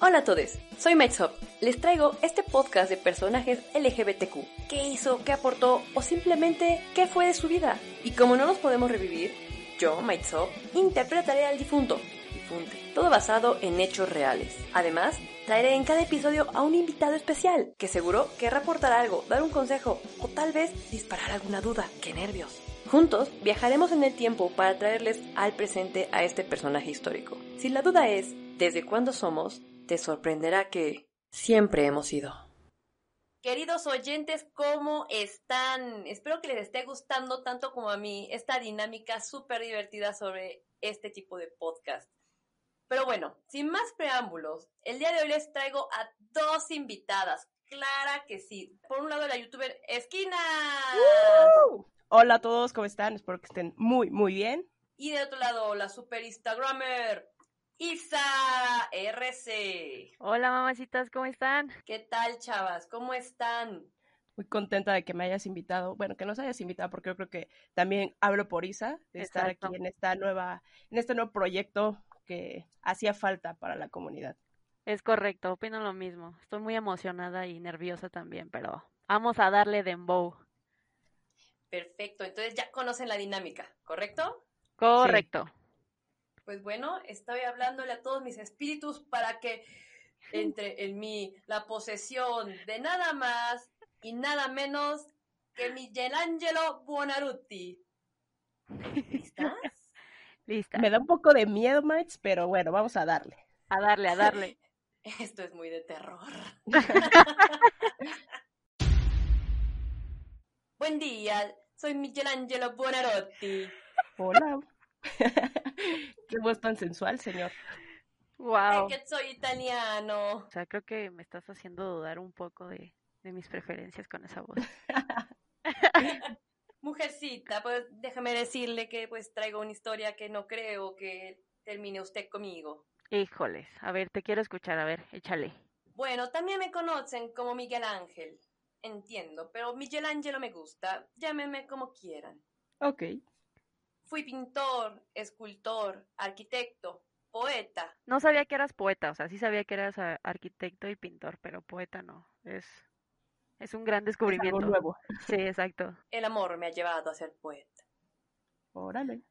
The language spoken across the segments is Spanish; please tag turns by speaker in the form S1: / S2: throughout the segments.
S1: Hola a todos, soy Mightshop. Les traigo este podcast de personajes LGBTQ. ¿Qué hizo? ¿Qué aportó? ¿O simplemente qué fue de su vida? Y como no nos podemos revivir, yo, Mightshop, interpretaré al difunto. Difunte. Todo basado en hechos reales. Además, traeré en cada episodio a un invitado especial, que seguro querrá aportar algo, dar un consejo o tal vez disparar alguna duda. ¡Qué nervios! Juntos viajaremos en el tiempo para traerles al presente a este personaje histórico. Si la duda es ¿desde cuándo somos?, te sorprenderá que siempre hemos sido. Queridos oyentes, ¿cómo están? Espero que les esté gustando tanto como a mí esta dinámica súper divertida sobre este tipo de podcast. Pero bueno, sin más preámbulos, el día de hoy les traigo a dos invitadas. Clara que sí. Por un lado, la youtuber Esquina.
S2: Hola a todos, ¿cómo están? Espero que estén muy, muy bien.
S1: Y de otro lado, la super Instagrammer Isa RC.
S3: Hola mamacitas, ¿cómo están?
S1: ¿Qué tal, chavas? ¿Cómo están?
S2: Muy contenta de que me hayas invitado. Bueno, que nos hayas invitado porque yo creo que también hablo por Isa de estar
S3: Exacto.
S2: aquí en esta nueva, en este nuevo proyecto que hacía falta para la comunidad.
S3: Es correcto, opino lo mismo. Estoy muy emocionada y nerviosa también, pero vamos a darle dembow.
S1: Perfecto, entonces ya conocen la dinámica, ¿correcto?
S3: Correcto.
S1: Pues bueno, estoy hablándole a todos mis espíritus para que entre en mí la posesión de nada más y nada menos que Michelangelo Buonarutti. ¿Estás?
S3: Lista.
S2: Me da un poco de miedo, Max, pero bueno, vamos a darle.
S3: A darle, a darle.
S1: Esto es muy de terror. Buen día, soy Michelangelo Buonarotti.
S2: Hola. Qué voz tan sensual, señor.
S3: Wow.
S1: Es que soy italiano.
S3: O sea, creo que me estás haciendo dudar un poco de, de mis preferencias con esa voz.
S1: Mujercita, pues déjame decirle que pues traigo una historia que no creo que termine usted conmigo.
S3: Híjoles, a ver, te quiero escuchar, a ver, échale.
S1: Bueno, también me conocen como Miguel Ángel. Entiendo, pero Michelangelo me gusta. Llámenme como quieran.
S2: Ok.
S1: Fui pintor, escultor, arquitecto, poeta.
S3: No sabía que eras poeta, o sea, sí sabía que eras ah, arquitecto y pintor, pero poeta no. Es, es un gran
S2: Es algo
S3: descubrimiento.
S2: nuevo.
S3: Sí, exacto.
S1: El amor me ha llevado a ser poeta.
S2: Órale.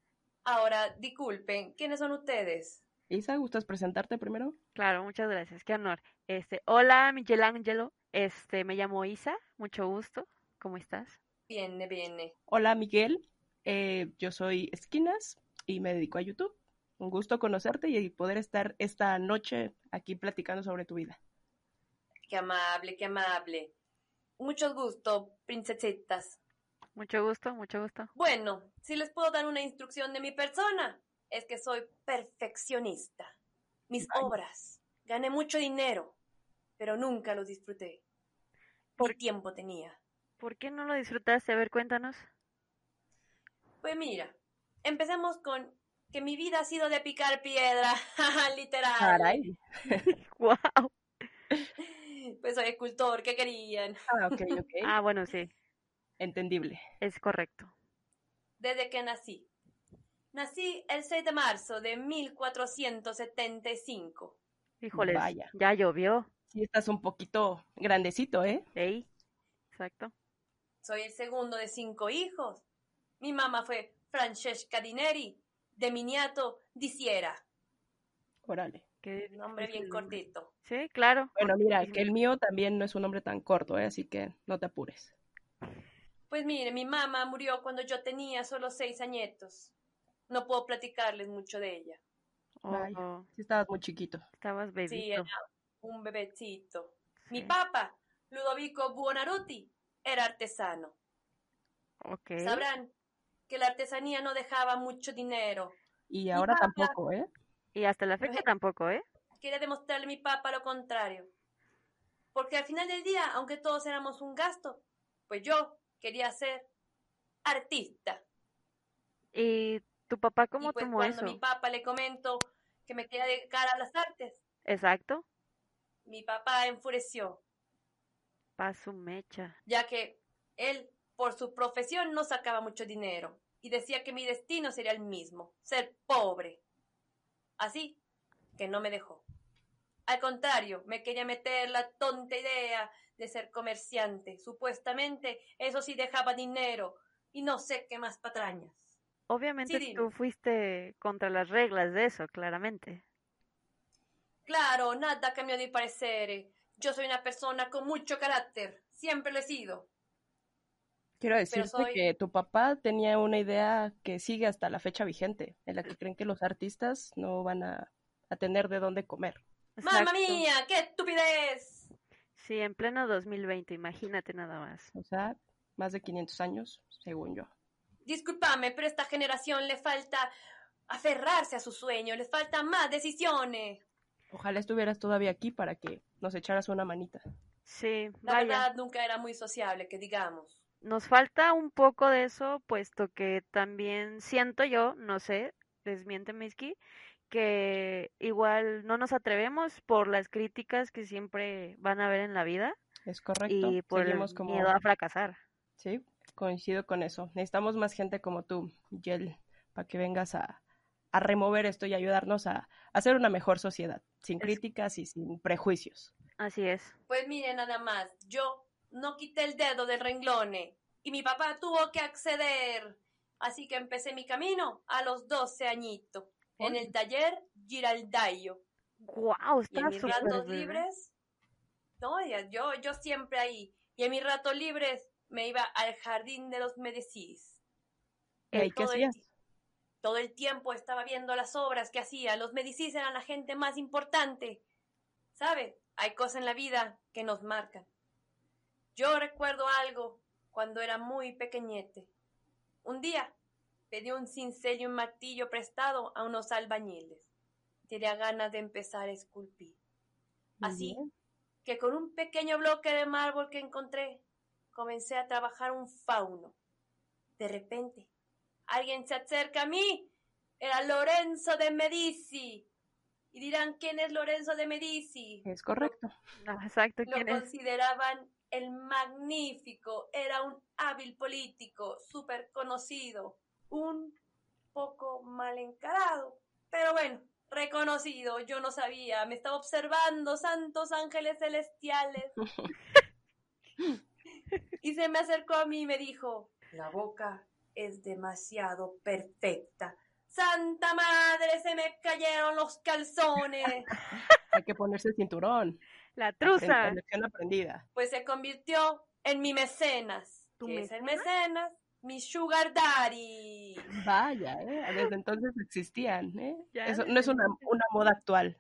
S1: Ahora, disculpen, ¿quiénes son ustedes?
S2: Isa, ¿gustas presentarte primero?
S3: Claro, muchas gracias, qué honor. Este, hola, Michelangelo. Este, me llamo Isa, mucho gusto. ¿Cómo estás?
S1: Viene, viene.
S2: Hola Miguel, Eh, yo soy Esquinas y me dedico a YouTube. Un gusto conocerte y poder estar esta noche aquí platicando sobre tu vida.
S1: Qué amable, qué amable. Mucho gusto, princesitas.
S3: Mucho gusto, mucho gusto.
S1: Bueno, si les puedo dar una instrucción de mi persona, es que soy perfeccionista. Mis
S2: Vaya.
S1: obras. Gané mucho dinero, pero nunca lo disfruté. Por tiempo tenía.
S3: ¿Por qué no lo disfrutaste? A ver, cuéntanos.
S1: Pues mira, empecemos con que mi vida ha sido de picar piedra, jaja, literal.
S2: Caray.
S3: ¡Wow!
S1: Pues soy escultor, ¿qué querían?
S2: Ah, ok, ok.
S3: Ah, bueno, sí,
S2: Entendible.
S3: es correcto.
S1: Desde que nací. Nací el 6 de marzo de 1475.
S3: Híjoles,
S2: Vaya.
S3: ya llovió.
S2: Sí, estás un poquito grandecito, ¿eh?
S3: ¿Ey? Exacto.
S1: Soy el segundo de cinco hijos. Mi mamá fue Francesca Dineri, de Miniato Disiera.
S2: Órale.
S3: Qué
S1: Nombre
S3: difícil
S1: bien
S3: nombre.
S1: cortito.
S3: Sí, claro.
S2: Bueno, mira,
S3: cortísimo.
S2: que el mío también no es un nombre tan corto, ¿eh? Así que no te apures.
S1: Pues mire, mi mamá murió cuando yo tenía solo seis añetos. No puedo platicarles mucho de ella.
S3: Oh,
S2: Vaya.
S3: oh,
S2: Sí, estabas muy chiquito.
S3: estabas
S1: Sí,
S3: bebito.
S1: era un bebecito. Mi
S3: Sí,
S1: papá, Ludovico Buonaruti, era artesano.
S3: Ok.
S1: Sabrán que la artesanía no dejaba mucho dinero.
S2: Y ahora
S1: papá.
S2: tampoco, ¿eh?
S3: Y hasta la fecha
S1: Ajá.
S3: tampoco, ¿eh?
S1: Quería demostrarle a mi papá lo contrario. Porque al final del día, aunque todos éramos un gasto, pues yo quería ser artista.
S3: ¿Y tu papá
S1: Y
S3: cómo
S1: pues
S3: tomó
S1: cuando
S3: eso?
S1: mi papá le comento que me quería dedicar a las artes,
S3: Exacto.
S1: mi papá enfureció,
S3: Paso mecha.
S1: ya que él por su profesión no sacaba mucho dinero y decía que mi destino sería el mismo, ser pobre. Así que no me dejó. Al contrario, me quería meter la tonta idea de ser comerciante. Supuestamente, eso sí dejaba dinero. Y no sé qué más patrañas.
S3: Obviamente
S1: Sí, dime.
S3: tú fuiste contra las reglas de eso, claramente.
S1: Claro, nada cambió de parecer. ¿eh? Yo soy una persona con mucho carácter. Siempre lo he sido.
S2: Quiero decirte
S1: soy-
S2: que tu papá tenía una idea que sigue hasta la fecha vigente, en la que creen que los artistas no van a, a tener de dónde comer.
S1: ¡Mamma
S3: Exacto.
S1: mía! ¡Qué estupidez!
S3: Sí, en pleno 2020, imagínate nada más.
S2: O sea, más de 500 años, según yo.
S1: Disculpame, pero a esta generación le falta aferrarse a su sueño, le falta más decisiones.
S2: Ojalá estuvieras todavía aquí para que nos echaras una manita.
S3: Sí,
S1: La
S3: vaya.
S1: verdad nunca era muy sociable, que digamos.
S3: Nos falta un poco de eso, puesto que también siento yo, no sé, desmiénteme, Iski, que igual no nos atrevemos por las críticas que siempre van a haber en la vida
S2: ¿Es correcto?
S3: y por el
S2: Seguimos como...
S3: miedo a fracasar.
S2: Sí, coincido con eso. Necesitamos más gente como tú, Yel, para que vengas a, a remover esto y ayudarnos a, a hacer una mejor sociedad, sin
S3: Es-
S2: críticas y sin prejuicios.
S3: Así es.
S1: Pues mire nada más, yo no quité el dedo del renglone y mi papá tuvo que acceder. Así que empecé mi camino a los 12 añitos, en el taller Giraldayo.
S3: ¡Guau!
S1: Y en
S3: Está
S1: mis
S3: Ah, súper ¿eh?
S1: ratos
S3: bebé.
S1: libres, no, ya, yo, yo siempre ahí. Y en mis ratos libres me iba al jardín de los Medecís.
S2: ¿Y ahí qué
S1: todo
S2: hacías?
S1: el, todo el tiempo estaba viendo las obras que hacía. Los Medicis eran la gente más importante. ¿Sabe? Hay cosas en la vida que nos marcan. Yo recuerdo algo cuando era muy pequeñete. Un día pedí un cincel y un martillo prestado a unos albañiles. Tenía ganas de empezar a esculpir.
S2: Muy
S1: Así
S2: bien.
S1: que con un pequeño bloque de mármol que encontré, comencé a trabajar un fauno. De repente, alguien se acerca a mí. Era Lorenzo de Medici. Y dirán, ¿quién es Lorenzo de Medici?
S2: Es correcto.
S3: Ah, Exacto,
S1: Lo
S3: ¿quién es?
S1: consideraban el magnífico. Era un hábil político, súper conocido. Un poco mal encarado. Pero bueno, reconocido. Yo no sabía. Me estaba observando, santos ángeles celestiales. Y se me acercó a mí y me dijo, la boca es demasiado perfecta. Santa madre, se me cayeron los calzones.
S2: Hay que ponerse el cinturón.
S3: La
S2: Aprend-
S3: truza.
S2: Lección aprendida.
S1: Pues se convirtió en mi mecenas.
S3: ¿Tu
S1: ¿Qué es el mecenas? Mi sugar daddy.
S2: Vaya, ¿eh? Desde entonces existían, ¿eh?
S3: Ya
S2: Eso
S3: desde
S2: no es una,
S3: entonces.
S2: una moda actual.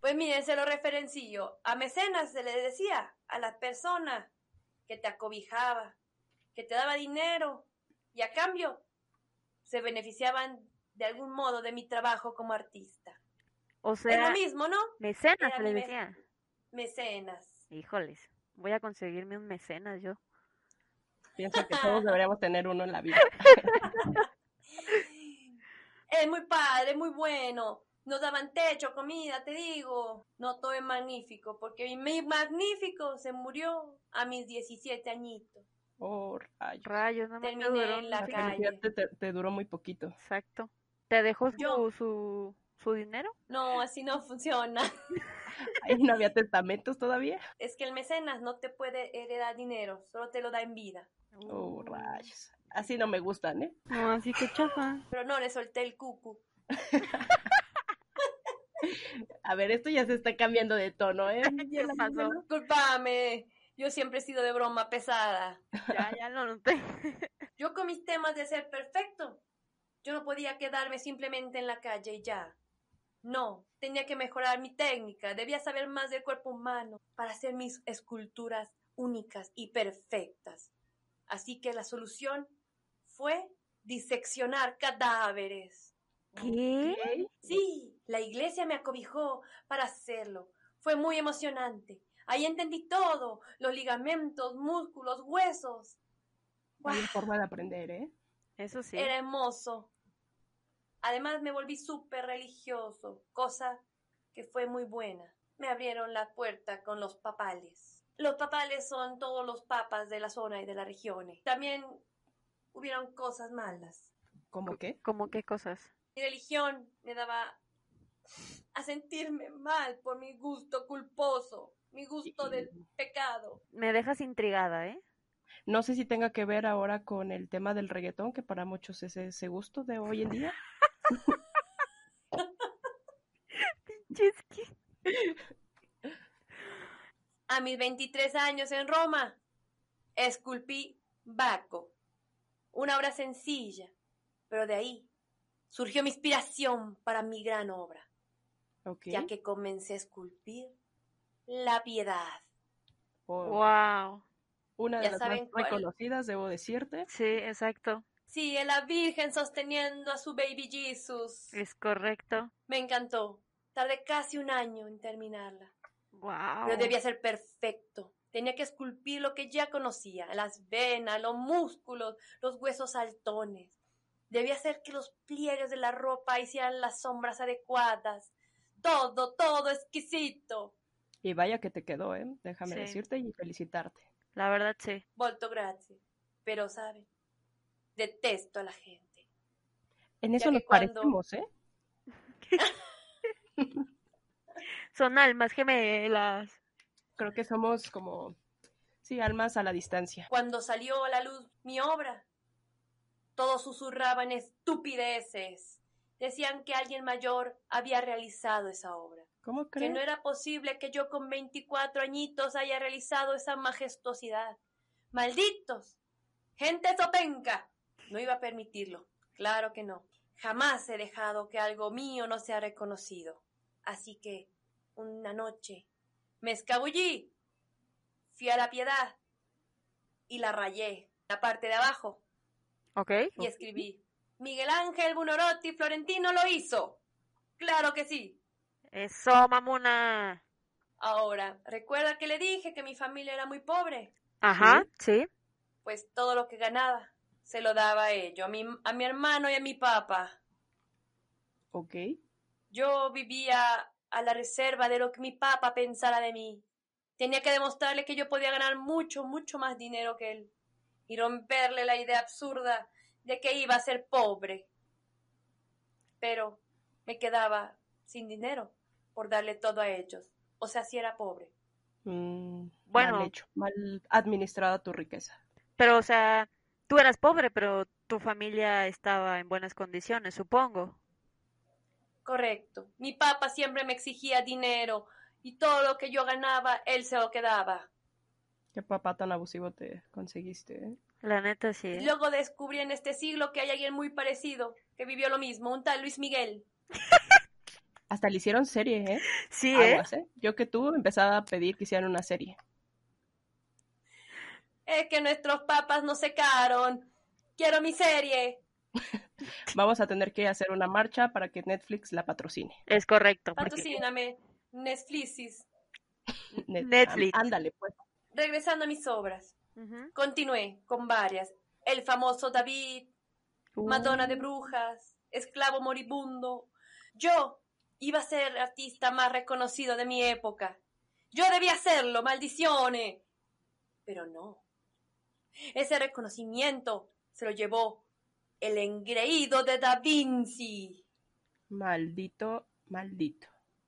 S1: Pues miren, se lo referencio. A mecenas se le decía a la persona que te acobijaba, que te daba dinero y a cambio se beneficiaban de algún modo de mi trabajo como artista.
S3: O
S1: Es lo
S3: sea,
S1: mismo, ¿no?
S3: mecenas
S1: era
S3: se
S1: mi
S3: les
S1: mes-
S3: decía.
S1: Mecenas.
S3: Híjoles, voy a conseguirme un mecenas yo.
S2: Pienso que todos deberíamos tener uno en la vida.
S1: Es muy padre, muy bueno. Nos daban techo, comida, te digo. No todo es magnífico, porque mi magnífico se murió a mis 17 añitos.
S2: Oh, rayos.
S3: Rayos, no me
S1: Terminé
S3: duró
S1: en la
S3: ni
S2: La
S1: calle.
S2: felicidad te, te- te duró muy poquito.
S3: Exacto. ¿Te dejó
S1: Yo.
S3: su, su, su dinero?
S1: No, así no funciona.
S2: Ahí no había testamentos todavía.
S1: Es que el mecenas no te puede heredar dinero, solo te lo da en vida.
S3: Uh.
S2: Oh, rayos. Así no me gustan, ¿eh?
S3: No, así que chafa.
S1: Pero no le solté el cucu.
S2: A ver, esto ya se está cambiando de tono, ¿eh?
S3: ¿Qué pasó?
S1: Disculpame, yo siempre he sido de broma pesada.
S3: Ya, ya lo noté.
S1: Yo con mis temas de ser perfecto, yo no podía quedarme simplemente en la calle y ya. No, tenía que mejorar mi técnica, debía saber más del cuerpo humano para hacer mis esculturas únicas y perfectas. Así que la solución fue diseccionar cadáveres.
S3: ¿Qué?
S2: Ok.
S1: Sí, la iglesia me acobijó para hacerlo. Fue muy emocionante. Ahí entendí todo, los ligamentos, músculos, huesos.
S2: Hay forma de aprender, ¿eh?
S3: Eso sí.
S1: Era hermoso. Además me volví súper religioso, cosa que fue muy buena. Me abrieron la puerta con los papales. Los papales son todos los papas de la zona y de las regiones. También hubieron cosas malas.
S2: ¿Cómo qué?
S3: ¿Cómo qué cosas?
S1: Mi religión me daba a sentirme mal por mi gusto culposo, mi gusto del pecado.
S3: Me dejas intrigada, ¿eh?
S2: No sé si tenga que ver ahora con el tema del reggaetón, que para muchos es ese gusto de hoy en día.
S3: Chiski.
S1: A mis 23 años en Roma, esculpí Baco, una obra sencilla, pero de ahí surgió mi inspiración para mi gran obra,
S2: Ok.
S1: ya que comencé a esculpir la piedad.
S2: O
S3: Wow.
S2: Una de
S1: Ya
S2: las
S1: saben
S2: más
S1: cuál.
S2: reconocidas, debo decirte.
S3: Sí, exacto.
S1: Sí, a la Virgen sosteniendo a su baby Jesus.
S3: Es correcto.
S1: Me encantó. Tardé casi un año en terminarla,
S3: Wow.
S1: pero debía ser perfecto. Tenía que esculpir lo que ya conocía, las venas, los músculos, los huesos saltones. Debía hacer que los pliegues de la ropa hicieran las sombras adecuadas. Todo, todo exquisito.
S2: Y vaya que te quedó, ¿eh? Déjame
S3: Sí.
S2: decirte y felicitarte.
S3: La verdad, sí.
S1: Volto grazie. Pero, ¿sabe? Detesto a la gente.
S2: En
S1: Ya
S2: eso
S1: que
S2: nos
S1: cuando-
S2: parecemos, ¿eh?
S3: Son almas gemelas.
S2: Creo que somos como, sí, almas a la distancia.
S1: Cuando salió a la luz mi obra, todos susurraban estupideces. Decían que alguien mayor había realizado esa obra,
S2: ¿Cómo
S1: que
S2: crees?
S1: no era posible que yo con 24 añitos haya realizado esa majestuosidad. ¡Malditos! ¡Gente sopenca! No iba a permitirlo, claro que no. Jamás he dejado que algo mío no sea reconocido. Así que, una noche, me escabullí, fui a la piedad y la rayé, la parte de abajo,
S3: Ok.
S1: y escribí, Miguel Ángel Bunorotti Florentino lo hizo. Claro que sí.
S3: Eso, mamona.
S1: Ahora, ¿recuerda que le dije que mi familia era muy pobre?
S3: Ajá, sí.
S1: Pues todo lo que ganaba se lo daba a ello, a mi, a mi hermano y a mi papá.
S2: Ok.
S1: Yo vivía a la reserva de lo que mi papá pensara de mí. Tenía que demostrarle que yo podía ganar mucho, mucho más dinero que él y romperle la idea absurda de que iba a ser pobre. Pero me quedaba sin dinero por darle todo a ellos. O sea, si era pobre.
S2: Mm,
S3: Bueno.
S2: Mal hecho, mal administrada tu riqueza.
S3: Pero, o sea, tú eras pobre, pero tu familia estaba en buenas condiciones, supongo.
S1: Correcto. Mi papá siempre me exigía dinero y todo lo que yo ganaba, él se lo quedaba.
S2: Qué papá tan abusivo te conseguiste, ¿eh?
S3: La neta, sí. ¿eh?
S1: Y Luego descubrí en este siglo que hay alguien muy parecido que vivió lo mismo, un tal Luis Miguel.
S2: Hasta le hicieron serie, ¿eh?
S3: Sí, ¿eh?
S2: Aguas, ¿eh? Yo que tú empezaba a pedir que hicieran una serie.
S1: Es que nuestros papas no secaron. Quiero mi serie.
S2: Vamos a tener que hacer una marcha para que Netflix la patrocine.
S3: Es correcto. porque-
S1: Patrocíname. Netflix.
S2: Net-
S3: Netflix.
S2: á- Ándale, pues.
S1: Regresando a mis obras.
S3: Ujú.
S1: Continué con varias. El famoso David,
S2: Uh,
S1: Madonna de Brujas, Esclavo Moribundo. Yo iba a ser el artista más reconocido de mi época. Yo debía hacerlo, maldiciones. Pero no. Ese reconocimiento se lo llevó el engreído de Da Vinci.
S2: Maldito, maldito.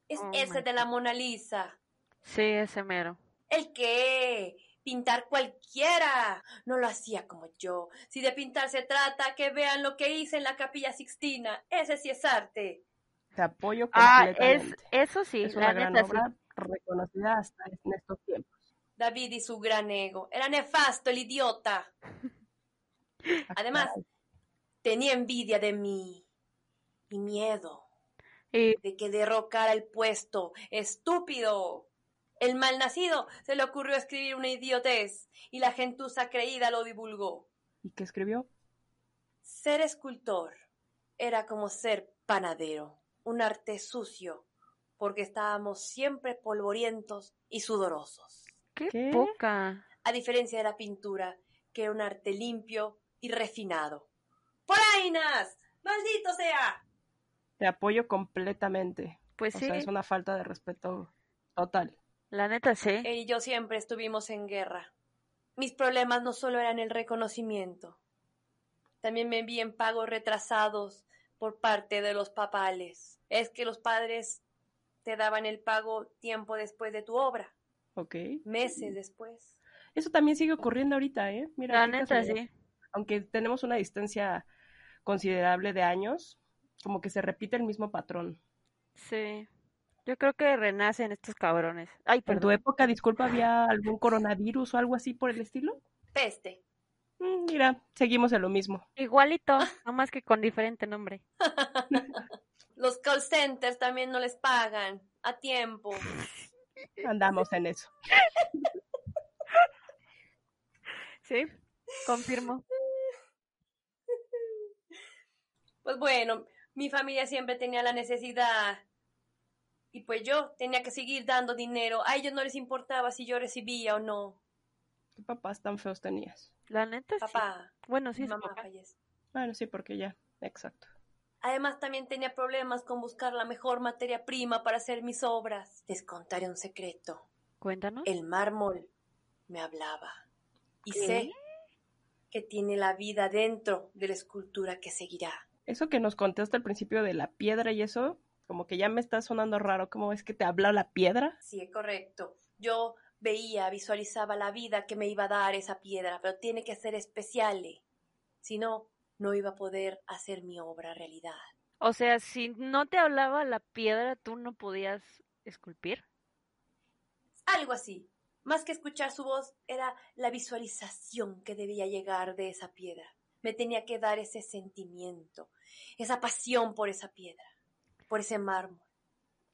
S1: Es
S3: Oh my
S1: ese de la Mona Lisa.
S3: Sí, ese mero.
S1: ¿El qué? Pintar cualquiera. No lo hacía como yo. Si de pintar se trata, que vean lo que hice en la Capilla Sixtina. Ese sí es arte.
S2: Te apoyo
S3: Ah, es,
S2: completamente.
S3: eso sí,
S2: es
S3: la
S2: una gran
S3: neta, sí.
S2: obra reconocida hasta en estos tiempos.
S1: David y su gran ego. Era nefasto el idiota. Además, tenía envidia de mí y miedo
S3: Y
S1: de que derrocara el puesto. Estúpido. El malnacido se le ocurrió escribir una idiotez y la gentuza creída lo divulgó.
S2: ¿Y qué escribió?
S1: Ser escultor era como ser panadero, un arte sucio, porque estábamos siempre polvorientos y sudorosos.
S3: qué,
S2: ¿Qué?
S3: poca.
S1: a diferencia de la pintura, que era un arte limpio y refinado. ¡Polainas! ¡Maldito sea!
S2: Te apoyo completamente.
S3: Pues
S2: O
S3: sí,
S2: sea, es una falta de respeto total.
S3: la neta, sí.
S1: Él y yo siempre estuvimos en guerra. Mis problemas no solo eran el reconocimiento, también me vi en pagos retrasados por parte de los papales. Es que los padres te daban el pago tiempo después de tu obra,
S2: Ok.
S1: meses después.
S2: Eso también sigue ocurriendo ahorita, ¿eh? Mira,
S3: La
S2: qué
S3: neta,
S2: casualidad.
S3: sí.
S2: aunque tenemos una distancia considerable de años, como que se repite el mismo patrón.
S3: Sí. Yo creo que renacen estos cabrones. Ay,
S2: ¿En tu
S3: perdón.
S2: época, disculpa, había algún coronavirus o algo así por el estilo?
S1: Peste.
S2: Mm, mira, seguimos en lo mismo.
S3: Igualito, nomás que con diferente nombre.
S1: Los call centers también no les pagan a tiempo.
S2: Andamos en eso.
S3: Sí, confirmo.
S1: Pues bueno, mi familia siempre tenía la necesidad y pues yo tenía que seguir dando dinero. A ellos no les importaba si yo recibía o no.
S2: ¿Qué papás tan feos tenías?
S3: La neta, sí.
S1: Papá,
S3: Bueno, sí, su
S1: mamá
S3: papá.
S1: falleció.
S2: Bueno, sí, porque ya, exacto.
S1: Además también tenía problemas con buscar la mejor materia prima para hacer mis obras. Les contaré un secreto.
S3: Cuéntanos.
S1: El mármol me hablaba. Y
S3: ¿Qué?
S1: sé que tiene la vida dentro de la escultura que seguirá.
S2: Eso que nos contaste al principio de la piedra y eso, como que ya me está sonando raro, ¿cómo es que te habla la piedra?
S1: Sí, es correcto. Yo veía, visualizaba la vida que me iba a dar esa piedra, pero tiene que ser especial. eh. Si no, no iba a poder hacer mi obra realidad.
S3: O sea, si no te hablaba la piedra, tú no podías esculpir.
S1: Algo así. Más que escuchar su voz, era la visualización que debía llegar de esa piedra. Me tenía que dar ese sentimiento, esa pasión por esa piedra, por ese mármol.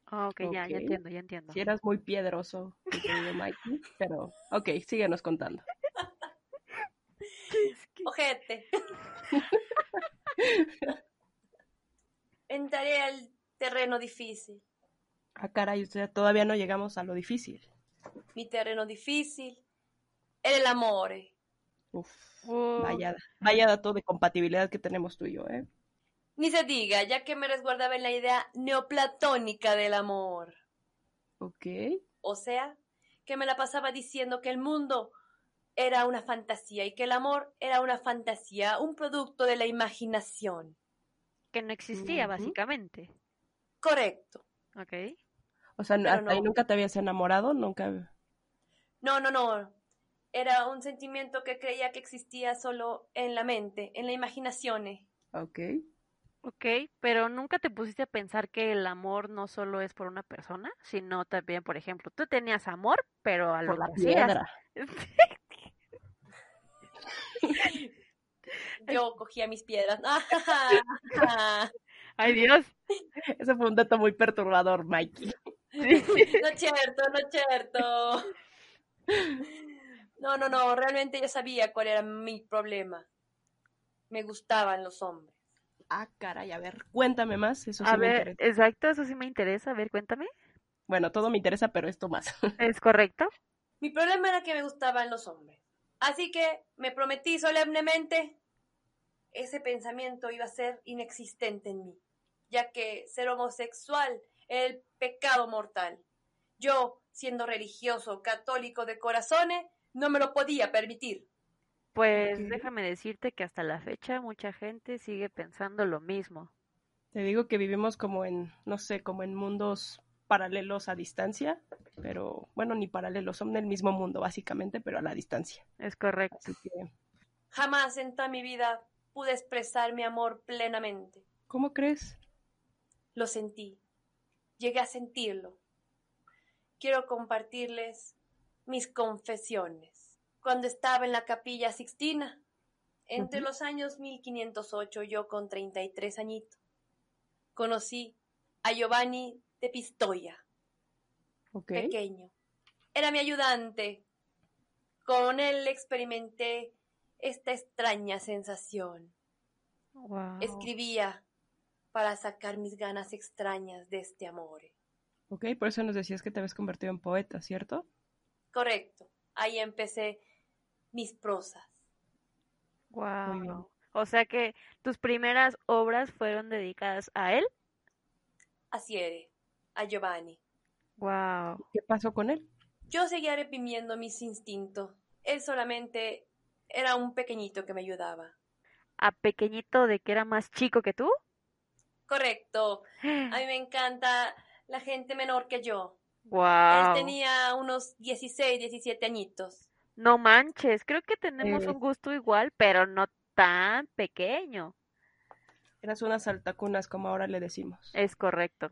S3: Ah, ok, ya, ya
S2: Ok.
S3: entiendo, ya entiendo.
S2: Si eras muy piedroso, mi querido Mikey, pero ok, síguenos contando.
S1: Ojete. Entraré al terreno difícil.
S2: Ah, caray, o sea, todavía no llegamos a lo difícil.
S1: Mi terreno difícil era el amor. eh.
S2: Uf.
S3: Uh,
S2: Vaya, vaya dato de compatibilidad que tenemos tú y yo, ¿eh?
S1: Ni se diga, ya que me resguardaba en la idea neoplatónica del amor.
S2: Ok.
S1: O sea, que me la pasaba diciendo que el mundo era una fantasía y que el amor era una fantasía, un producto de la imaginación.
S3: que no existía,
S2: Ujú.
S3: básicamente.
S1: Correcto.
S3: Ok.
S2: O sea,
S1: Pero
S2: hasta ahí
S1: no.
S2: nunca te habías enamorado, nunca.
S1: No, no, no. Era un sentimiento que creía que existía solo en la mente, en la imaginación. eh.
S2: Ok.
S3: Ok, pero nunca te pusiste a pensar que el amor no solo es por una persona, sino también, por ejemplo, tú tenías amor, pero a lo
S2: Por la
S3: que hacías.
S2: piedra.
S1: Yo cogía mis piedras. Ah,
S3: Ay, Dios.
S2: Ese fue un dato muy perturbador, Mikey.
S1: No es cierto, no es cierto. No, no, no, realmente yo sabía cuál era mi problema. Me gustaban los hombres.
S2: Ah, caray, a ver, cuéntame más, eso sí
S3: A
S2: me
S3: ver,
S2: interesa.
S3: exacto, eso sí me interesa. A ver, cuéntame.
S2: Bueno, todo me interesa, pero esto más.
S3: ¿Es correcto?
S1: Mi problema era que me gustaban los hombres. Así que me prometí solemnemente ese pensamiento iba a ser inexistente en mí, ya que ser homosexual era el pecado mortal. Yo, siendo religioso, católico de corazones, no me lo podía permitir.
S3: Pues
S2: Ok.
S3: déjame decirte que hasta la fecha mucha gente sigue pensando lo mismo.
S2: Te digo que vivimos como en, no sé, como en mundos paralelos a distancia, pero bueno, ni paralelos, son del mismo mundo, básicamente, pero a la distancia.
S3: Es correcto.
S2: Así que,
S1: Jamás en toda mi vida pude expresar mi amor plenamente.
S2: ¿cómo crees?
S1: Lo sentí. Llegué a sentirlo. Quiero compartirles mis confesiones. Cuando estaba en la capilla Sixtina, entre
S2: Ujú.
S1: los años 1508, yo con 33 añitos, conocí a Giovanni de Pistoia,
S2: Ok.
S1: pequeño. Era mi ayudante. Con él experimenté esta extraña sensación.
S3: Wow.
S1: Escribía para sacar mis ganas extrañas de este amor.
S2: Ok, por eso nos decías que te habías convertido en poeta, ¿cierto?
S1: Correcto. Ahí empecé mis prosas.
S2: Muy bien.
S3: Wow. O sea que tus primeras obras fueron dedicadas a él.
S1: Así era, a Giovanni.
S3: Wow.
S2: ¿Qué pasó con él?
S1: Yo seguía reprimiendo mis instintos. Él solamente era un pequeñito que me ayudaba.
S3: A pequeñito de que era más chico que tú. Mm.
S1: Correcto. A mí me encanta la gente menor que yo.
S3: Wow.
S1: Él tenía unos 16, 17 añitos.
S3: No manches, creo que tenemos un gusto igual, pero no tan pequeño.
S2: Eras unas saltacunas, como ahora le decimos.
S3: Es correcto.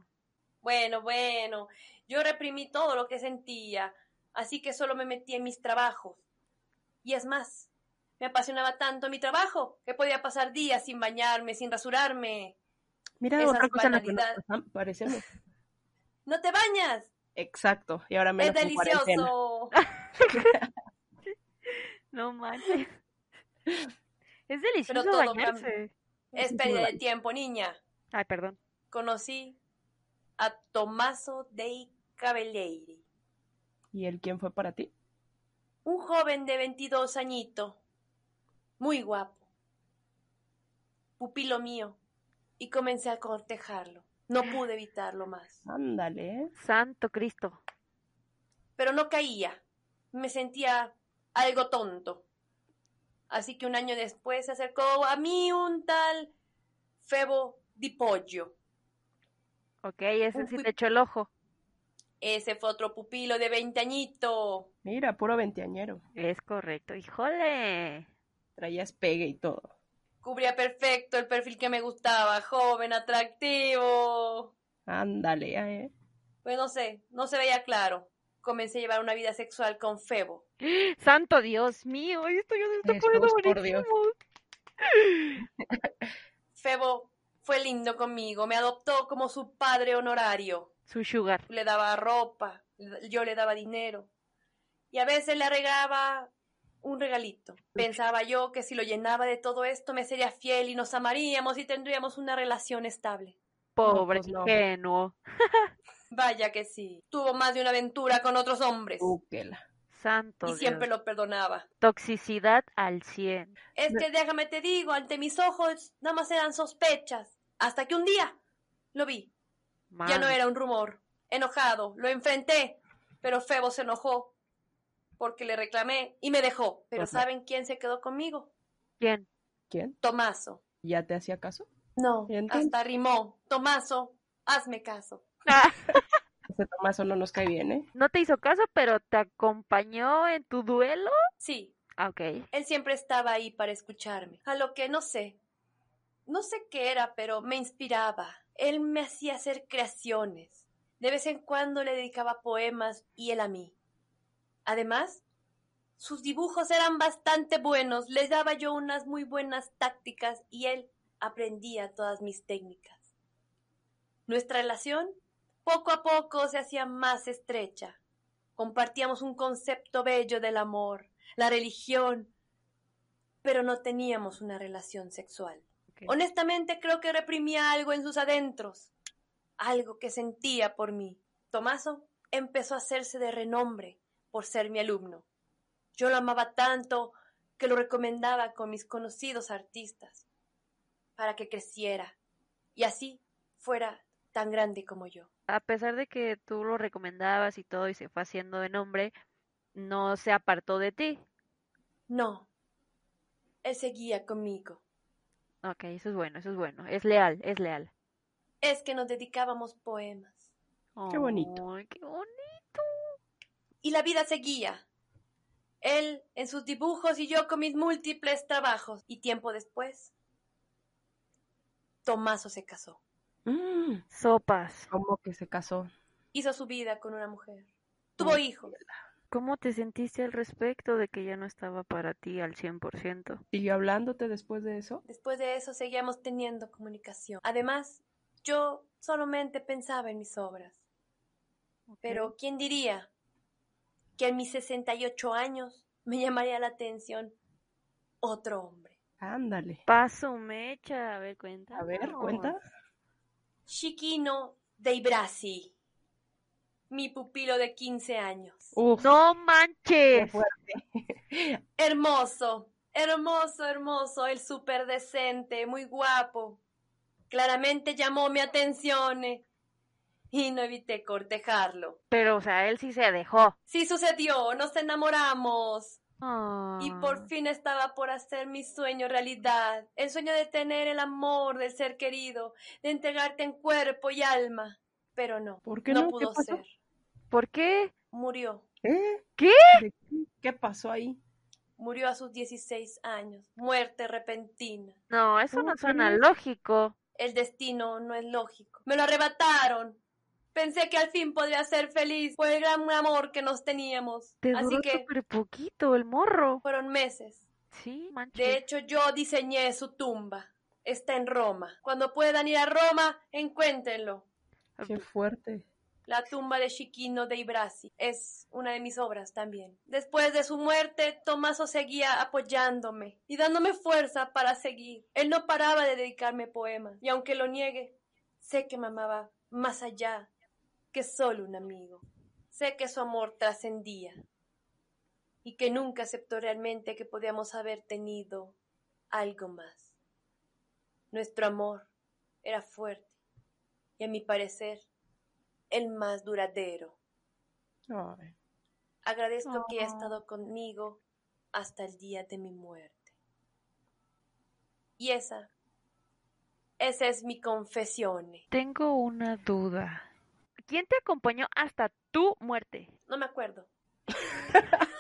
S1: Bueno, bueno, yo reprimí todo lo que sentía, así que solo me metí en mis trabajos. Y es más, me apasionaba tanto mi trabajo que podía pasar días sin bañarme, sin rasurarme.
S2: Mira,
S1: Esas
S2: otra cosa en la que nos
S1: banalidades.
S2: pasam- parecemos.
S1: ¡No te bañas!
S2: Exacto, y ahora
S1: ¡Es
S2: menos en cuarentena.
S1: delicioso!
S3: No manches. Es delicioso
S1: todo cambia.
S3: bañarse.
S1: Es pérdida de tiempo, niña.
S3: Ay, perdón.
S1: Conocí a Tommaso dei Cabelleiri,
S2: ¿Y el quién fue para ti?
S1: un joven de 22 añito, muy guapo, pupilo mío, y comencé a cortejarlo. No pude evitarlo más.
S2: Ándale. ¿eh?
S3: Santo Cristo.
S1: pero no caía. Me sentía algo tonto. Así que un año después se acercó a mí un tal Febo Di Poggio.
S3: Ok, ese
S1: Un
S3: sí
S1: pi-
S3: te echó el ojo.
S1: Ese fue otro pupilo de veinteañito.
S2: Mira, puro veinteañero.
S3: Es correcto. Híjole.
S2: Traías pegue y todo.
S1: Cubría perfecto el perfil que me gustaba, joven, atractivo.
S2: Ándale, ah, eh.
S1: Pues no sé, no se veía claro. Comencé a llevar una vida sexual con Febo.
S3: Santo Dios mío. ay, Esto ya se está
S2: Jesús,
S3: poniendo
S2: por Dios.
S3: buenísimo.
S1: Febo fue lindo conmigo, me adoptó como su padre honorario.
S3: Su sugar.
S1: le daba ropa, yo le daba dinero. Y a veces le arreglaba un regalito. Pensaba yo que si lo llenaba de todo esto me sería fiel y nos amaríamos y tendríamos una relación estable.
S3: Pobre
S2: pues no.
S3: ingenuo.
S1: Vaya que sí. Tuvo más de una aventura con otros hombres
S2: Úquela.
S3: Santo
S1: y siempre
S3: Dios.
S1: lo perdonaba.
S3: Toxicidad al 100.
S1: Es que déjame te digo, ante mis ojos nada más eran sospechas. Hasta que un día lo vi. Ya no
S3: Man.
S1: era un rumor. Enojado, lo enfrenté, pero Febo se enojó porque le reclamé y me dejó. Pero
S2: Ajá.
S1: ¿saben quién se quedó conmigo?
S3: ¿Quién?
S2: ¿Quién?
S1: Tomaso.
S2: ¿Ya te hacía caso?
S1: No,
S2: ¿Y entonces?
S1: hasta rimó. Tomaso, hazme caso.
S3: Ah,
S2: Ese Tomaso no nos cae bien, ¿eh?
S3: no te hizo caso, pero te acompañó en tu duelo.
S1: Sí,
S3: Ah, ok.
S1: él siempre estaba ahí para escucharme. A lo que no sé, no sé qué era, pero me inspiraba. Él me hacía hacer creaciones. De vez en cuando le dedicaba poemas y él a mí. Además, sus dibujos eran bastante buenos. Les daba yo unas muy buenas tácticas y él aprendía todas mis técnicas. Nuestra relación poco a poco se hacía más estrecha. Compartíamos un concepto bello del amor la religión, pero no teníamos una relación sexual.
S3: Ok.
S1: Honestamente creo que reprimía algo en sus adentros, algo que sentía por mí. Tomaso empezó a hacerse de renombre por ser mi alumno. Yo lo amaba tanto que lo recomendaba con mis conocidos artistas para que creciera y así fuera tan grande como yo.
S3: A pesar de que tú lo recomendabas y todo y se fue haciendo de nombre, no se apartó de ti.
S1: No, él seguía conmigo.
S3: Ok, eso es bueno, eso es bueno. Es leal, es leal.
S1: Es que nos dedicábamos poemas.
S2: Qué bonito.
S3: Ay, qué bonito.
S1: y la vida seguía. Él en sus dibujos y yo con mis múltiples trabajos. Y tiempo después, Tomaso se casó.
S2: Mm,
S3: Sopas.
S2: ¿Cómo que se casó?
S1: Hizo su vida con una mujer. Tuvo
S2: Ay,
S1: hijos.
S3: ¿Cómo te sentiste al respecto de que ya no estaba para ti al 100%?
S2: ¿Siguió hablándote después de eso?
S1: Después de eso seguíamos teniendo comunicación. Además, yo solamente pensaba en mis obras.
S3: Ok.
S1: Pero ¿quién diría que a mis 68 años me llamaría la atención otro hombre?
S2: Ándale.
S3: Paso mecha, a ver, cuenta.
S2: A ver, cuenta.
S1: Chiquino de Brasi, mi pupilo de 15 años.
S2: Uf,
S3: ¡No
S2: qué
S3: manches!
S2: fuerte.
S1: Hermoso, hermoso, hermoso, el súper decente, muy guapo. Claramente llamó mi atención eh, y no evité cortejarlo.
S3: Pero, o sea, él sí se dejó.
S1: Sí sucedió, nos enamoramos y
S3: Ah.
S1: por fin estaba por hacer mi sueño realidad, el sueño de tener el amor del ser querido, de entregarte en cuerpo y alma. pero no.
S2: ¿Por qué
S1: no,
S2: no? ¿Qué
S1: pudo
S2: pasó?
S1: ser.
S3: ¿Por qué?
S1: Murió.
S2: ¿Eh?
S3: ¿Qué?
S2: ¿De qué? ¿Qué pasó ahí?
S1: Murió a sus 16 años. Muerte repentina.
S3: No, eso
S2: ¿Cómo
S3: no suena
S2: crees?
S3: lógico.
S1: El destino no es lógico. Me lo arrebataron. Pensé que al fin podría ser feliz por el gran amor que nos teníamos.
S3: Te
S1: Así
S3: duró
S1: que
S3: súper poquito el morro.
S1: fueron meses.
S3: Sí,
S1: De
S3: manches.
S1: hecho, yo diseñé su tumba. Está en Roma. Cuando puedan ir a Roma, encuéntrenlo.
S2: Qué fuerte.
S1: La tumba de Chiquino de Ibrasi es una de mis obras también. Después de su muerte, Tomaso seguía apoyándome y dándome fuerza para seguir. Él no paraba de dedicarme poemas y aunque lo niegue, sé que me amaba más allá que solo un amigo. Sé que su amor trascendía y que nunca aceptó realmente que podíamos haber tenido algo más. Nuestro amor era fuerte y a mi parecer el más duradero.
S2: Ay,
S1: Agradezco que ha
S3: Oh.
S1: estado conmigo hasta el día de mi muerte. Y esa, esa es mi confesión.
S3: Tengo una duda. ¿Quién te acompañó hasta tu muerte?
S1: No me acuerdo.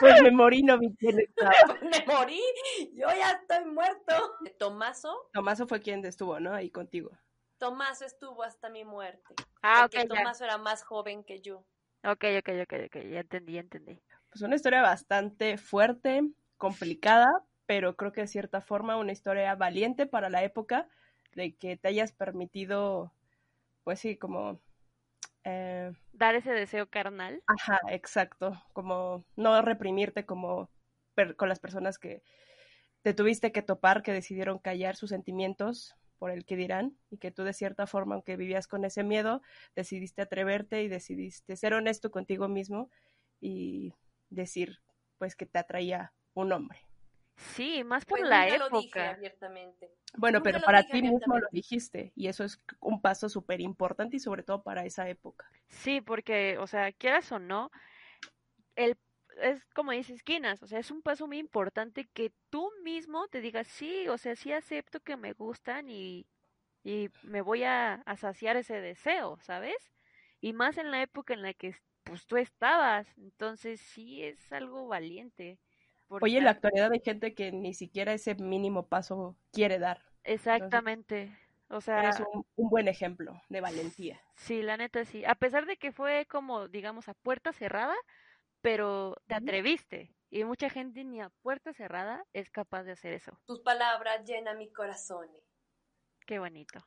S2: Pues me morí, no vi quién estaba.
S1: Me morí. Yo ya estoy muerto. Tomaso,
S2: Tomaso fue quien estuvo, ¿no? Ahí contigo.
S1: Tomaso estuvo hasta mi muerte.
S3: Ah, ok,
S1: porque
S3: ya.
S1: Tomaso era más joven que yo.
S3: Ok, ok, ok, ok, ya entendí, ya entendí.
S2: Pues una historia bastante fuerte, complicada, pero creo que de cierta forma una historia valiente para la época de que te hayas permitido, pues sí, como... eh,
S3: Dar ese deseo carnal.
S2: Ajá, exacto. Como no reprimirte como per- con las personas que te tuviste que topar, que decidieron callar sus sentimientos por el que dirán, y que tú de cierta forma, aunque vivías con ese miedo, decidiste atreverte y decidiste ser honesto contigo mismo y decir, pues, que te atraía un hombre.
S3: Sí, más por
S1: Pues
S3: la
S1: nunca lo dije
S3: época.
S1: abiertamente.
S2: Bueno,
S1: Nunca
S2: pero
S1: lo
S2: para
S1: dije
S2: ti mismo lo
S1: abiertamente.
S2: dijiste, y eso es un paso súper importante y sobre todo para esa época.
S3: Sí, porque, o sea, quieras o no, el es como dice esquinas, o sea, es un paso muy importante que tú mismo te digas, sí, o sea, sí acepto que me gustan y, y me voy a, a saciar ese deseo, ¿sabes? Y más en la época en la que pues tú estabas, entonces sí es algo valiente. porque
S2: Oye, en
S3: a-
S2: la actualidad hay gente que ni siquiera ese mínimo paso quiere dar.
S3: Exactamente, o sea,
S2: Eres un, un buen ejemplo de valentía.
S3: sí, la neta sí, a pesar de que fue como, digamos, a puerta cerrada, pero te
S2: Ujú.
S3: atreviste. Y mucha gente ni a puerta cerrada es capaz de hacer eso.
S1: Tus palabras llenan mi corazón.
S3: Qué bonito.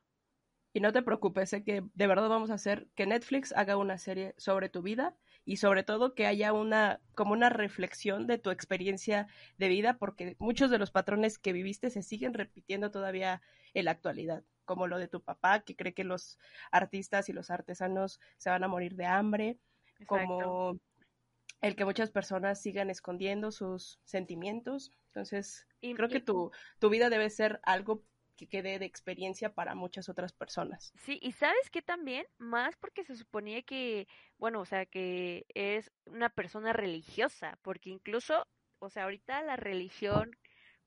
S2: Y no te preocupes, sé que de verdad vamos a hacer que Netflix haga una serie sobre tu vida y sobre todo que haya una como una reflexión de tu experiencia de vida porque muchos de los patrones que viviste se siguen repitiendo todavía en la actualidad, como lo de tu papá que cree que los artistas y los artesanos se van a morir de hambre,
S3: Exacto.
S2: como el que muchas personas sigan escondiendo sus sentimientos. Entonces,
S3: Y,
S2: creo que
S3: y-
S2: tu, tu vida debe ser algo que quede de experiencia para muchas otras personas.
S3: sí, y sabes que también, más porque se suponía que, bueno, o sea, que es una persona religiosa, porque incluso, o sea, ahorita la religión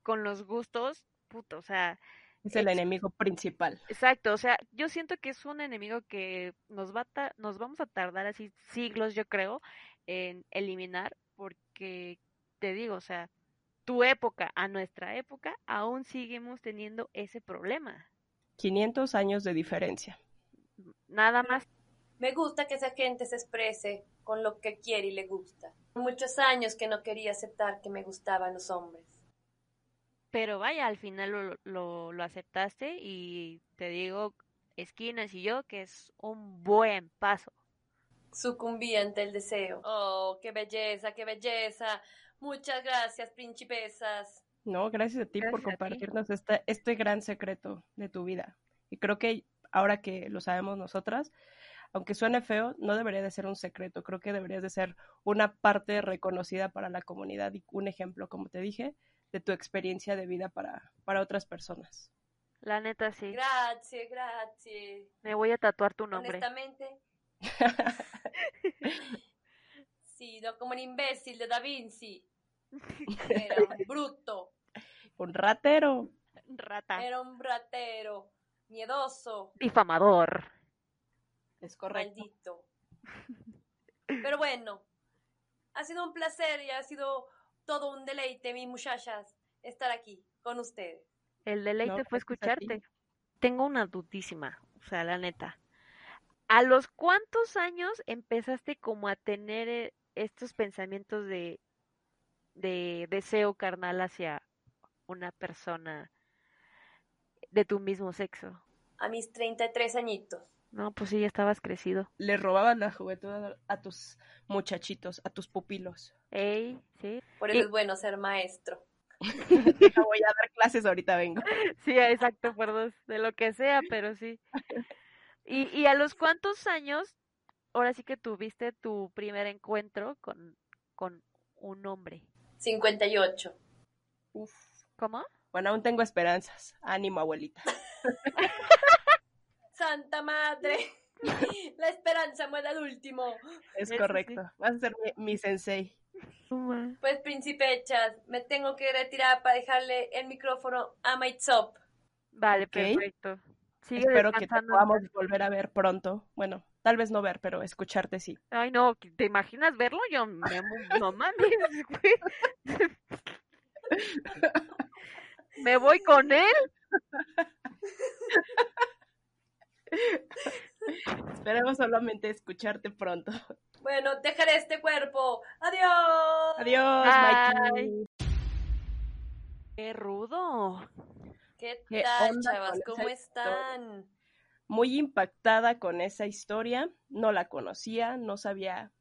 S3: con los gustos, puto, o sea,
S2: Es el
S3: es-
S2: enemigo principal.
S3: exacto, o sea, yo siento que es un enemigo que nos va a ta- nos vamos a tardar así siglos, yo creo, en eliminar, porque te digo, o sea, tu época a nuestra época aún seguimos teniendo ese problema.
S2: 500 años de diferencia.
S3: Nada más
S1: Me gusta que esa gente se exprese con lo que quiere y le gusta. Muchos años que no quería aceptar que me gustaban los hombres.
S3: Pero vaya, al final lo, lo, lo aceptaste y te digo, Esquinas y yo, que es un buen paso.
S1: Sucumbí ante el deseo. Oh, qué belleza, qué belleza. Muchas gracias, principesas.
S2: No, gracias a ti por
S3: Gracias a ti.
S2: compartirnos esta- este gran secreto de tu vida. Y creo que ahora que lo sabemos nosotras, aunque suene feo, no debería de ser un secreto. Creo que deberías de ser una parte reconocida para la comunidad y un ejemplo, como te dije, de tu experiencia de vida para, para otras personas.
S3: La neta sí,
S1: Gracias, gracias.
S3: me voy a tatuar tu nombre.
S1: Honestamente, sí, no como un imbécil de Da Vinci. Era un bruto,
S2: un ratero.
S3: Rata.
S1: era un ratero. miedoso,
S3: Difamador.
S2: Es correcto.
S1: maldito. Pero bueno, ha sido un placer y ha sido todo un deleite, mis muchachas, estar aquí con ustedes.
S3: El deleite
S2: No,
S3: fue
S2: gracias a ti.
S3: escucharte. Tengo una dudísima, o sea, la neta. ¿A los cuántos años empezaste como a tener eh, estos pensamientos de, de deseo carnal hacia una persona de tu mismo sexo?
S1: A mis 33 añitos.
S3: No, pues sí, ya estabas crecido.
S2: Le robabas la juventud a- a tus muchachitos, a tus pupilos.
S3: Ey, sí.
S1: Por eso
S3: Y-
S1: es bueno ser maestro.
S2: Deja, voy a dar clases, ahorita vengo.
S3: Sí, exacto, perdón, de lo que sea, pero sí. ¿Y, y a los cuántos años, ahora sí que tuviste tu primer encuentro con, con un hombre?
S1: 58.
S2: Uf.
S3: ¿Cómo?
S2: Bueno, aún tengo esperanzas. Ánimo, abuelita.
S1: Santa madre. La esperanza muere al último.
S2: Es
S3: Eso sí.
S2: correcto. Vas a ser mi, mi sensei.
S1: Pues, príncipe Echas, me tengo que retirar para dejarle el micrófono a Maitzop.
S3: Vale,
S2: Ok.
S3: perfecto. Sigue
S2: Espero que te
S3: descansando.
S2: podamos volver a ver pronto. Bueno, tal vez no ver, pero escucharte sí.
S3: Ay, no, ¿que- ¿te imaginas verlo? Yo me mu- no mames, güey. Me voy con él.
S2: Esperemos solamente escucharte pronto.
S1: Bueno, dejaré este cuerpo. Adiós.
S2: Adiós,
S3: Bye.
S2: Mikey.
S3: Qué rudo.
S1: ¿Qué,
S2: ¿Qué
S1: tal,
S2: onda
S1: chavas?
S2: con
S1: ¿Cómo
S2: esa
S1: están?
S2: Muy impactada con esa historia. No la conocía, no sabía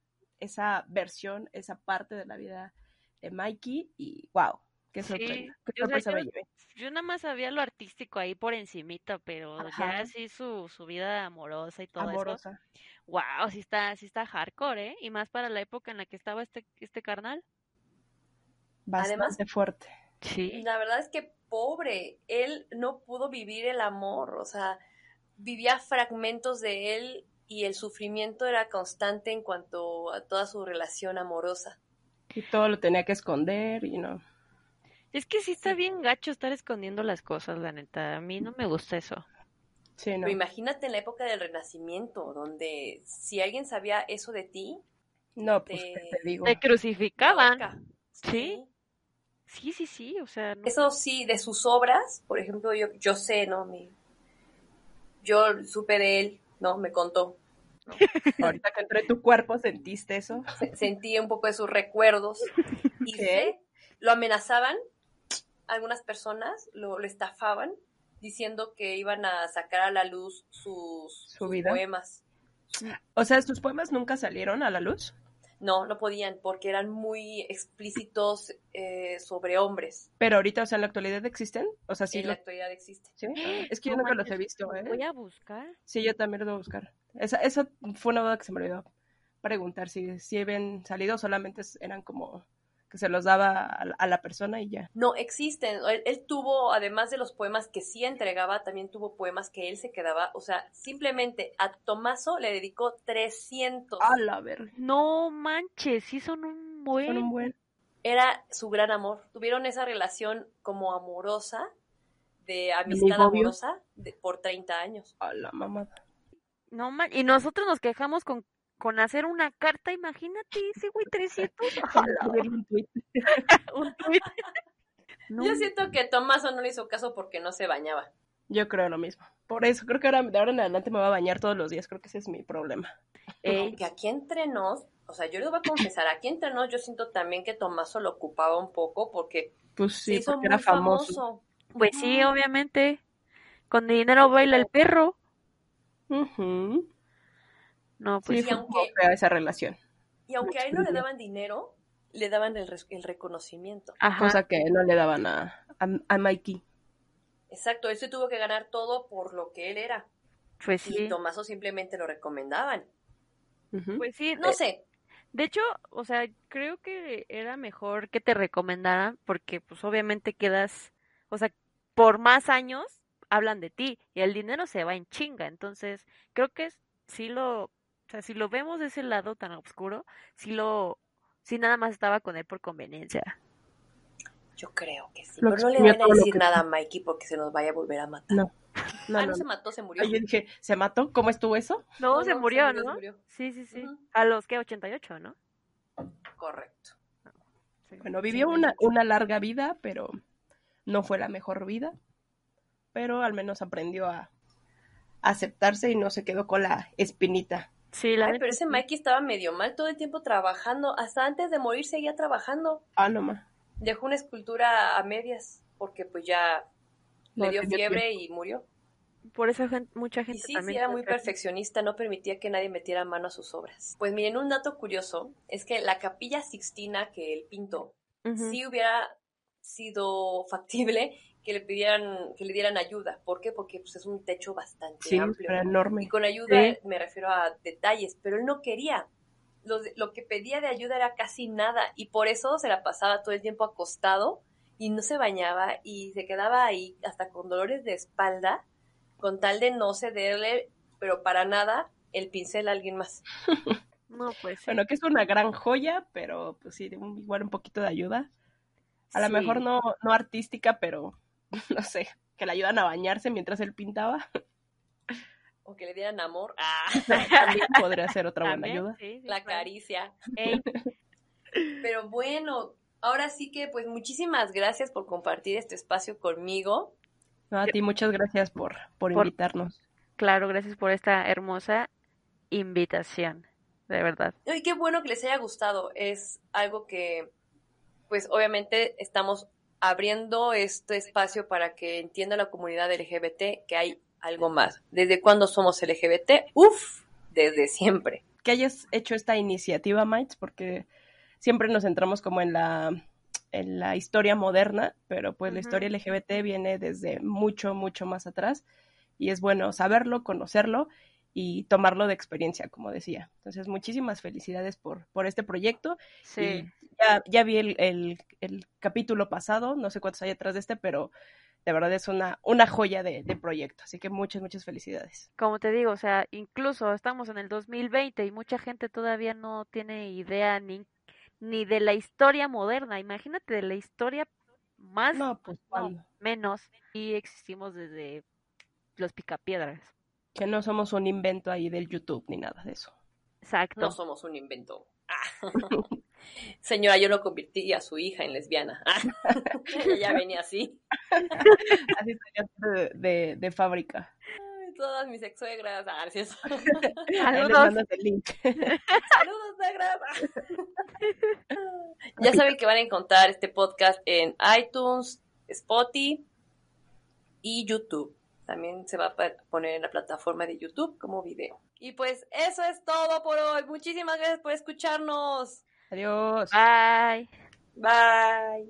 S2: esa versión, esa parte de la vida de Mikey. Y wow, qué
S3: Sí,
S2: sorpresa. qué
S3: yo- o sea,
S2: sorpresa me
S3: yo-
S2: llevé.
S3: Yo nada más sabía lo artístico ahí por encimita, pero ya
S2: Ajá.
S3: así su, su vida amorosa y todo eso.
S2: Amorosa.
S3: Wow, sí está, sí está hardcore, ¿eh? Y más para la época en la que estaba este, este carnal.
S2: Bastante fuerte.
S3: Sí.
S1: La verdad es que pobre, él no pudo vivir el amor, o sea, vivía fragmentos de él y el sufrimiento era constante en cuanto a toda su relación amorosa.
S2: Y todo lo tenía que esconder y no.
S3: Es que sí está bien gacho estar escondiendo las cosas, la neta. A mí no me gusta eso.
S2: Sí, no.
S1: Pero imagínate en la época del Renacimiento, donde si alguien sabía eso de ti,
S2: No, pues
S1: te-
S2: ¿qué te digo.
S3: Te crucificaban.
S1: loca.
S3: Sí. Sí, sí, sí, o sea, no.
S1: Eso sí, de sus obras, por ejemplo, yo, yo sé, ¿no? Mi, yo supe de él, ¿no? Me contó.
S2: Ahorita que entré en tu cuerpo, ¿sentiste eso?
S1: se- sentí un poco de sus recuerdos y
S2: Ok.
S1: sé, lo amenazaban algunas personas lo, lo estafaban diciendo que iban a sacar a la luz sus,
S2: Su
S1: sus
S2: vida.
S1: poemas
S2: O sea, ¿tus poemas nunca salieron a la luz?
S1: no no podían porque eran muy explícitos eh, sobre hombres
S2: Pero ahorita, o sea, en la actualidad existen. O sea, sí,
S1: en la
S2: lo-
S1: actualidad existe
S2: ¿sí? Es que yo
S3: No
S2: nunca los
S3: manches,
S2: he visto,
S3: lo
S2: ¿eh?
S3: Voy a buscar.
S2: Sí, yo también los voy a buscar. Esa, esa fue una duda que se me olvidó preguntar si, si habían salido, solamente eran como que se los daba a, la- a la persona y ya.
S1: no existen él, él tuvo además de los poemas que sí entregaba también tuvo poemas que él se quedaba o sea simplemente a Tomaso le dedicó 300
S2: A la verga.
S3: No manches, sí son un buen.
S2: Son un buen.
S1: era su gran amor. Tuvieron esa relación como amorosa, de amistad
S2: novios.
S1: amorosa, de- por 30 años.
S2: A la mamada.
S3: No man- Y nosotros nos quejamos con, con hacer una carta, imagínate, ese güey 300. a la
S2: Ponerle un tuit.
S3: verga, un tuit. No
S1: Yo siento que Tomaso no le hizo caso porque no se bañaba.
S2: Yo creo lo mismo. Por eso, creo que ahora, de ahora en adelante me voy a bañar todos los días. Creo que ese es mi problema.
S3: Ey,
S1: Que aquí entre nos, o sea, yo les voy a confesar, aquí entre nos yo siento también que Tomaso lo ocupaba un poco porque
S2: Pues
S1: se
S2: sí,
S1: hizo muy
S2: porque era famoso.
S3: Pues sí,
S1: Ujú.
S3: obviamente. Con dinero baila el perro.
S2: Ujú.
S3: No,
S2: Sí,
S3: pues
S1: y
S2: fue
S1: aunque-
S2: como fea esa relación.
S1: Y aunque a él no le daban dinero, le daban el, res- el reconocimiento.
S3: Ajá.
S2: Cosa que no le daban a, a, a Mikey.
S1: Exacto, él se tuvo que ganar todo por lo que él era.
S3: Pues
S1: Y
S3: sí.
S1: Tomaso simplemente lo recomendaban.
S2: Ujú.
S3: Pues sí,
S1: No
S3: de,
S1: sé,
S3: de hecho, o sea, creo que era mejor que te recomendaran porque pues obviamente quedas, o sea, por más años hablan de ti y el dinero se va en chinga, entonces creo que es- sí lo, o sea, si lo vemos de ese lado tan oscuro, sí lo, sí nada más estaba con él por conveniencia.
S1: Yo creo que sí.
S2: Lo
S1: pero no le
S2: exprimió
S1: vayan a
S2: todo lo
S1: decir
S2: que-
S1: nada a Mikey porque se nos vaya a volver a matar.
S2: No.
S1: ah,
S2: no,
S1: no
S2: no.
S1: se mató, se murió.
S2: Yo dije, ¿se mató? ¿Cómo estuvo eso?
S3: No,
S1: No,
S3: se,
S1: no,
S3: murió,
S1: se
S3: ¿no?
S1: murió.
S3: Sí, sí, sí.
S1: Ujú.
S3: A los que 88, ¿no?
S1: Correcto.
S3: Sí.
S2: Bueno, vivió una, una larga vida, pero no fue la mejor vida. Pero al menos aprendió a aceptarse y no se quedó con la espinita.
S3: Sí, la
S1: Ay,
S3: neta
S1: pero ese
S3: sí.
S1: Mikey estaba medio mal todo el tiempo trabajando. Hasta antes de morir seguía trabajando.
S2: Ah, no más.
S1: Dejó una escultura a medias porque pues ya le
S2: No
S1: dio
S2: tenía
S1: fiebre y murió.
S3: Por eso gen- mucha
S1: Y
S3: gente
S1: sí, sí,
S3: también
S1: era
S3: se
S1: muy
S3: acerca.
S1: perfeccionista, no permitía que nadie metiera mano a sus obras. Pues miren, un dato curioso es que la capilla sixtina que él pintó,
S3: Ujú.
S1: sí hubiera sido factible que le pidieran, que le dieran ayuda. ¿Por qué? Porque pues, es un techo bastante
S2: Sí,
S1: amplio.
S2: era
S1: Y
S2: enorme.
S1: con ayuda
S3: Sí.
S1: me refiero a detalles, pero él no quería. Lo, de- lo que pedía de ayuda era casi nada y por eso se la pasaba todo el tiempo acostado y no se bañaba y se quedaba ahí hasta con dolores de espalda con tal de no cederle, pero para nada, el pincel a alguien más.
S3: No, pues sí.
S2: Bueno, que es una gran joya, pero pues sí, un- igual un poquito de ayuda. A lo
S3: Sí.
S2: mejor no, no artística, pero no sé, que le ayudan a bañarse mientras él pintaba.
S1: O que le dieran amor. Ah,
S2: También podría ser otra buena
S3: También,
S2: ayuda.
S3: sí, sí,
S1: la
S3: claro.
S1: caricia.
S3: Ey,
S1: Pero bueno, ahora sí que pues muchísimas gracias por compartir este espacio conmigo.
S2: No, a ti muchas gracias por, por
S3: Por-
S2: invitarnos.
S3: claro, gracias por esta hermosa invitación. De verdad.
S1: Y qué bueno que les haya gustado. Es algo que, pues obviamente estamos abriendo este espacio para que entienda la comunidad LGBT que hay algo más. ¿Desde cuándo somos LGBT? Uf, desde siempre.
S2: que hayas hecho esta iniciativa, Mites, porque siempre nos centramos como en la, en la historia moderna, pero pues la
S3: Ujú.
S2: historia LGBT viene desde mucho, mucho más atrás y es bueno saberlo, conocerlo y tomarlo de experiencia, como decía. Entonces, muchísimas felicidades por, por este proyecto.
S3: Sí.
S2: Y ya, ya vi el, el- el capítulo pasado, no sé cuántos hay atrás de este, pero de verdad es una, una joya de, de proyecto. Así que muchas, muchas felicidades.
S3: Como te digo, o sea, incluso estamos en el 2020 y mucha gente todavía no tiene idea ni, ni de la historia moderna. Imagínate de la historia más
S2: No, pues
S3: no,
S2: cuando.
S3: menos y existimos desde los picapiedras.
S2: Que no somos un invento ahí del YouTube ni nada de eso.
S3: Exacto.
S1: No somos un invento. Ah. Señora, yo no convertí a su hija en lesbiana. Ah. Ella venía así.
S2: Así salió de, de, de fábrica.
S1: Ay, Todas mis ex suegras. Ah, sí es-
S2: Ahí les
S3: Saludos.
S2: mandas el link.
S1: Saludos, suegras. Ya saben que van a encontrar este podcast en iTunes, Spotify y YouTube. También se va a pa- poner en la plataforma de YouTube como video. Y pues eso es todo por hoy. Muchísimas gracias por escucharnos.
S2: Adiós.
S3: Bye.
S1: Bye.